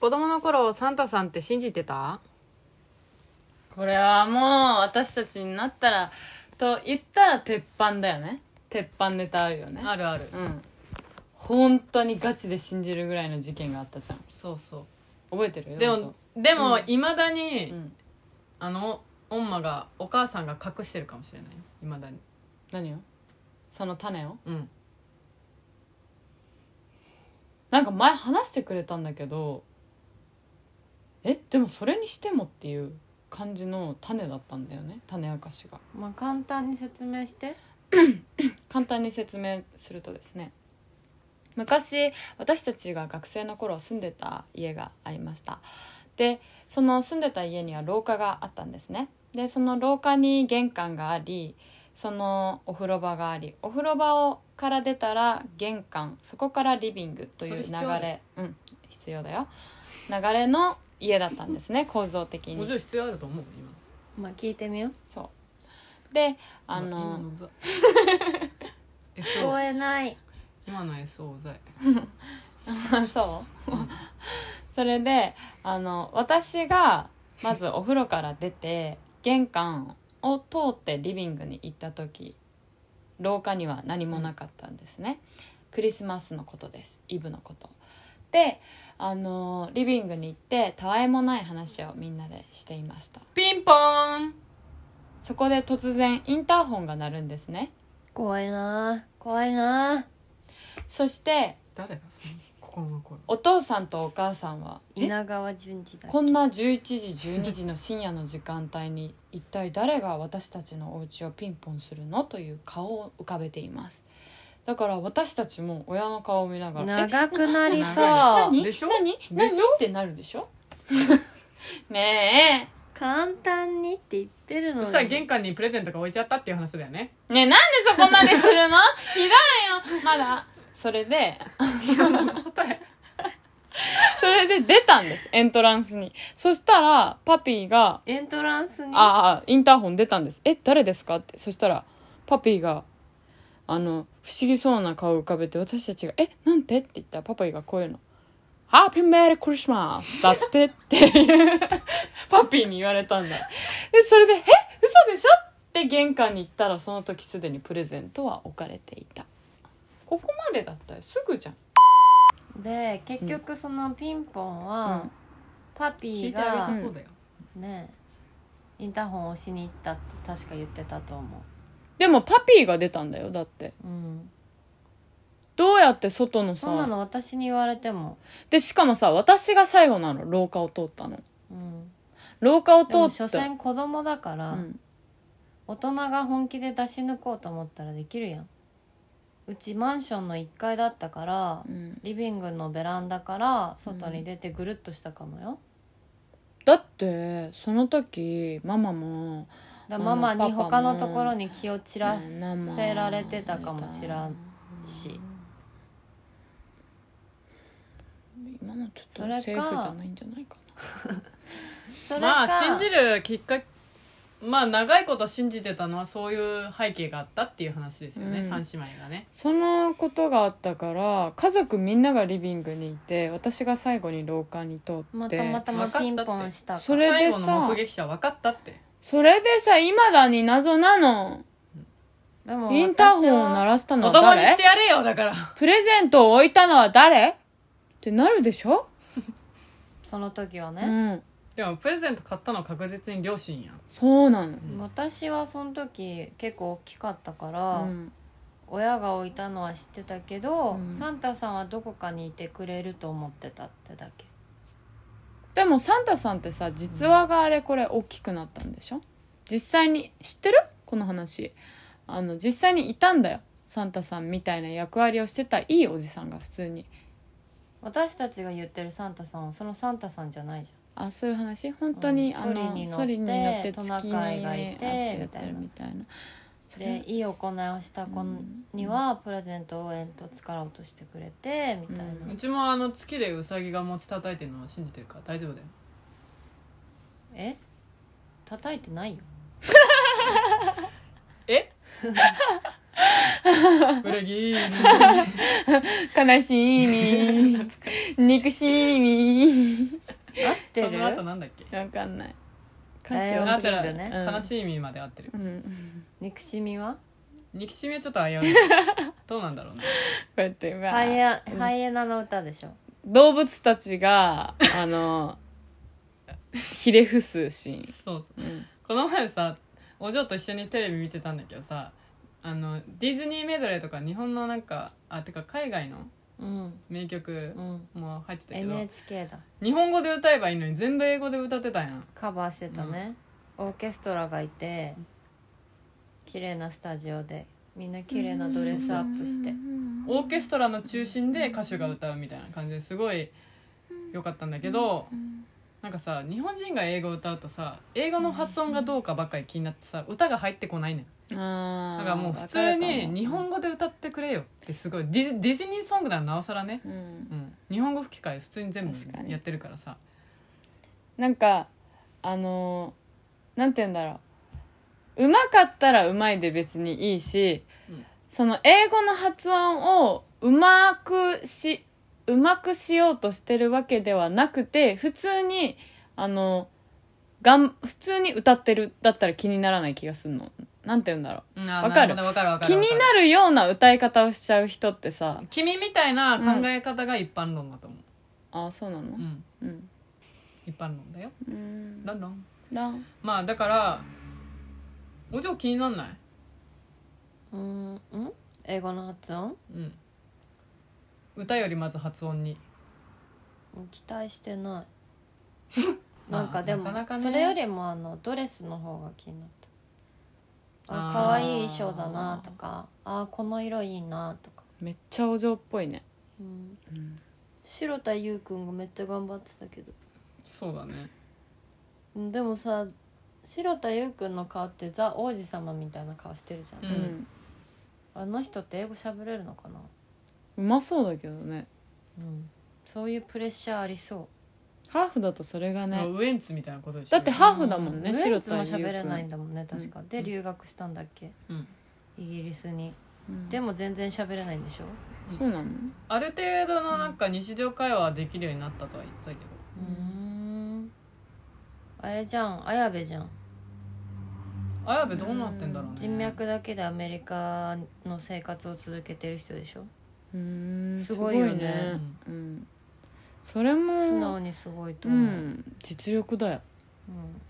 子供の頃サンタさんって信じてたこれはもう私たちになったらと言ったら鉄板だよね鉄板ネタあるよねるあるうん本当にガチで信じるぐらいの事件があったじゃんそうそ覚えてるうでよもでもうんいま、未だに、うん、あのおんまがお母さんが隠してるかもしれないいまだに何をその種をうんなんか前話してくれたんだけどえでもそれにしてもっていう感じの種だったんだよね種明かしがまあ簡単に説明して簡単に説明するとですね昔私たちが学生の頃住んでた家がありましたでその住んでた家には廊下があったんですねでその廊下に玄関がありそのお風呂場がありお風呂場をから出たら玄関そこからリビングという流それ必要だれうん必要だよ流れの家だったんですね構造的もちにろん必要あると思う今まあ聞いて みようそうであ今のの ざ聞 SO こえない今の SO 罪 そううんそれであの私がまずお風呂から出て玄関を通ってリビングに行った時廊下には何もなかったんですね、クリスマスのことですイブのことであのリビングに行ってたわいもない話をみんなでしていましたピンポーンそこで突然インターホンが鳴るんですね怖いなあ怖いなあそして誰が その心の声お父さんとお母さんはえ稲川淳二だこんな11時12時の深夜の時間帯に一体誰が私たちのお家をピンポンするのという顔を浮かべていますだから私たちも親の顔を見ながら「え長くな りそう長何でしょ何何でしってなるでしょ ね簡単にって言ってるそのにしたら玄関にプレゼントが置いてあったっていう話だよねえねえなんでそこまでするのひどいよまだそれ で答えそれで出たんですエントランスにそしたらパピーがエントランスにああインターホン出たんです「え誰ですか?」ってそしたらパピーがあの不思議そうな顔を浮かべて私たちが「えなんて?」って言ったらパパイがこういうの「ハッピーメリークリスマス」だってっていうパピーに言われたんだでそれで「え嘘でしょ?」って玄関に行ったらその時すでにプレゼントは置かれていたここまでだったよすぐじゃん、で結局そのピンポンは、うんパピ聞ーいてあがげた方だよねインターホン押しに行ったって確か言ってたと思でもパピーが出たんだよだってううんどうやって外のそんなさの私に言われてもでしかもさ私が最後なの廊下を通ったのうん廊下を通でもって所詮子供だから、うん大人が本気で出し抜こうと思ったらできるやんうちマンションの1階だったからうんリビングのベランダから外に出てぐるっとしたかもよ、だってその時ママもだからママにうんパパも他のところに気を散ら生せられてたかもしらんし今のちょそっれとかセーフじゃないんじゃないかそれまかあ信じるきっかけまあ長いこと信じてたのはそういう背景があったっていう話ですよね、うん三3姉妹がねなそのことがあったから家族みんながリビングにいて私が最後に廊下に通ってまたまたまピンポンしたそれでさ最後の目撃者分かったってそれでさいまだに謎なのでもインターホンを鳴ららしたの子は供に誰してやれよだからプレゼントを置いたのは誰ってなるでしょ、その時はうね、ん、でもプレゼント買ったのは確実に両親やん、そうなの、うん私はその時結構大きかったかうら、ん、親が置いたのは知ってたけうど、んサンタさんはどこかにいてくれると思ってたってだけでもサンタさんってさ実話があれこれ大きくなったんでしょ実際に知ってるこの話あの実際にいたんだよサンタさんみたいな役割をしてたいいおじさんが普通に私たちが言ってるサンタさんはそのサンタさんじゃないじあそういう話本当に、うんあのソリに乗ってソリに乗ってト月ナにカイがいねて会ってやってるみたいなゃんでいい行いをした子にはプレゼントを煙突から落としてくれてみたいな、うんうちもあの月でウサギが餅叩いてるのは信じてるから大丈夫だよえ叩いてないよえ裏切り悲しいね憎しみ合ってそるの後なんだっけわかんない歌詞ライオをンあキングだねかうんら悲しい意味まで合ってるうん憎しみは憎しみはちょっと危ういどうなんだ ろうねこうやってうわハイエナうんハイエナの歌でしょ動物たちがあのひれ伏すシーンそうそううんこの前さお嬢と一緒にテレビ見てたんだけどさあのディズニーメドレーとか日本のなんかあてか海外のうん名曲うんも入ってたけど、 NHK だ日本語で歌えばいいのに全部英語で歌ってたやんカバーしてたね、オーケストラがいて綺麗なスタジオでみんな綺麗なドレスアップしてオーケストラの中心で歌手が歌うみたいな感じですごい良かったんだけどなんかさ日本人が英語を歌うとさ英語の発音がどうかばっかり気になってさ歌が入ってこないねんあだあからもう普通に日本語で歌ってくれよってすごいディズディズニーソングならなおさらね、うんうん、日本語吹き替え普通に全部確かにやってるからさなんかあのーなんて言うんだろううまかったらうまいで別にいいし、うんその英語の発音をうまくしうまくしようとしてるわけではなくて普通にあのがん普通に歌ってるだったら気にならない気がするのなんて言うんだろわかるわかるわうかる気になるような歌い方をしちゃう人ってさ君みたいな考え方が一般論だと思ああそうなのう、うん、うん一般論だようんロンロンランまあだからお嬢気になんないうんん英語の発音うん歌よりまず発音に期待してないまあ なんかでもなかなかねそれよりもあのドレスの方が気になったああー可愛い衣装だなとかあーこの色いいなとか、めっちゃお嬢っぽいね、うん、うん白田優くんがめっちゃ頑張ってたけどそうだねうんでもさ白田優くんの顔ってザ王子様みたいな顔してるじゃん、うんあの人って英語喋れるのかな、うまそうだけどねうん、そういうプレッシャーありそハーフだとそれがねウエンツみたいなことでしょだってうハーフだもんねう白ウ田エン優ツ君も喋れないんだもんね確か、うでん留学したんだっけうんイギリスにうんでも全然喋れないんでしょ、そうなのある程度のなんか日常会話はできるようになったとは言ってたけどうーんあれじゃん綾部じゃん綾部どうなってんだろうね人脈だけでアメリカの生活を続けてる人でしょうーんすごいよねすうねんうんそれも素直にすごいとう思う、ん実力だよ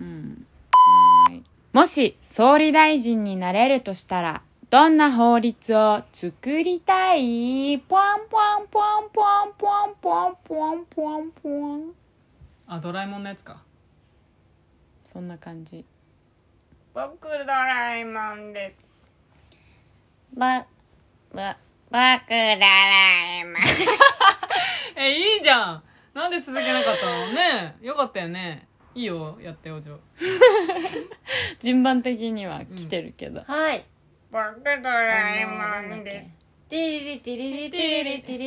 うんうんはいもし総理大臣になれるとしたらどんな法律を作りたいポンポンポンポンポンポンポンポンポンあドラえもんのやつかそんな感じ僕ドラえもんですばば僕らら今えいいじゃんなんで続けなかったのねえよかったよねいいよやってお嬢 順番的には来てるけど、はい僕ドドラティリリティリリティリリティリリティリリティリ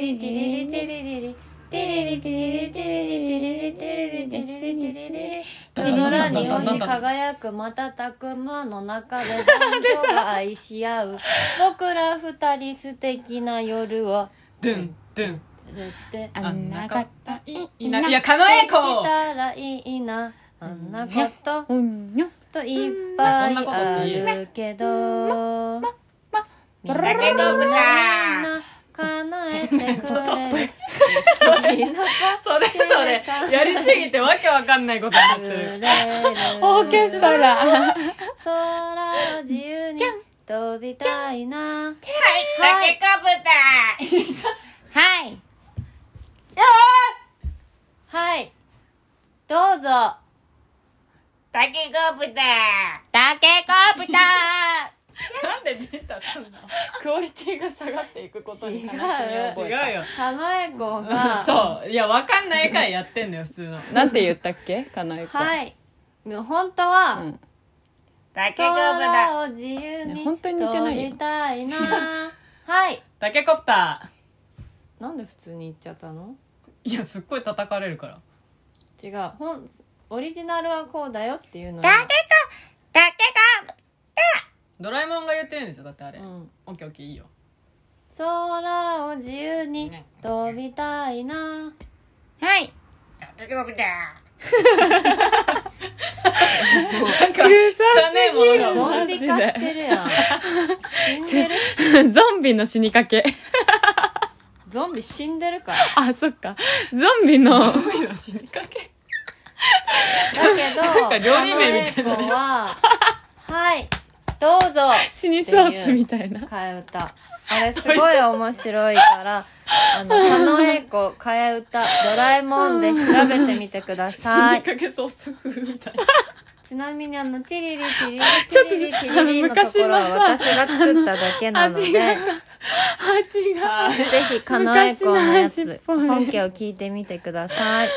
リティリリリティリリティリリティリリティリリティリリティリリティリ空に星輝く瞬く間の中で男女が愛し合う僕ら二人素敵な夜をドゥンドゥンってあんなこといいないや狩野英孝したらいいなあんなことほんにょといっぱいあるけどみんなみんなみんな叶えてくれる不思議なそれそれやりすぎてわけわかんないことになってるオーケストラ空を自由に飛びたいなはいはいはいどうぞタケコプタなんで出たすんクオリティが下がっていくことに違う悲しみを覚のえた違うよ花江子がそういやわかんないからやってんのよ普通のなんて言ったっけかなえこはいもう本当うは、ん、空を自由にね本当に似てないよ飛びたいなはいタケコプタ なんで普通に言っちゃったのーいやすっごい叩かれるから違う本オリジナルはこうだよっていうのドラえもんが言ってるんでしょだってあれ、うんオッケーオッケーいいよ空を自由に飛びたいなはい なんか汚ねえものがゾンビ化してるやん死んでる しゾンビの死にかけ。ゾンビ死んでるからあ、そっか。ゾンビの、ゾンビの 死にかけだけどんか料理名みたいあの英子は「はいどうぞ」死にソースみたいな。替え歌あれすごい面白いからあの狩野英孝替え歌「ドラえもん」で調べてみてくだ死さにいかけソース風 みたいなちなみにあの「ティリリティリリちょっテとィリリティあのリリ」のところは私昔が作っただけなので味がぜさ、味が。ひ狩野英孝のや昔の味っつぽい本家を聞いてみてください